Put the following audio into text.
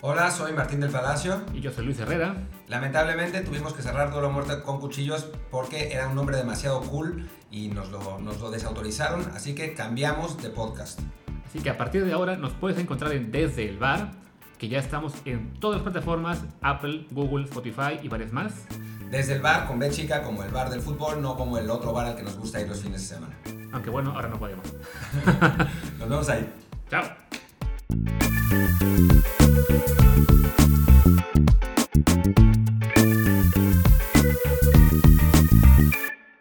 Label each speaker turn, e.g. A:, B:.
A: Hola, soy Martín del Palacio.
B: Y yo soy Luis Herrera.
A: Lamentablemente tuvimos que cerrar Duelo a Muerte con cuchillos porque era un nombre demasiado cool y nos lo, nos lo desautorizaron, así que cambiamos de podcast.
B: Así que a partir de ahora nos puedes encontrar en Desde el Bar, que ya estamos en todas las plataformas, Apple, Google, Spotify y varias más.
A: Desde el bar con B chica, como el bar del fútbol, no como el otro bar al que nos gusta ir los fines de semana.
B: Aunque bueno, ahora no podemos.
A: Nos vemos ahí.
B: Chao.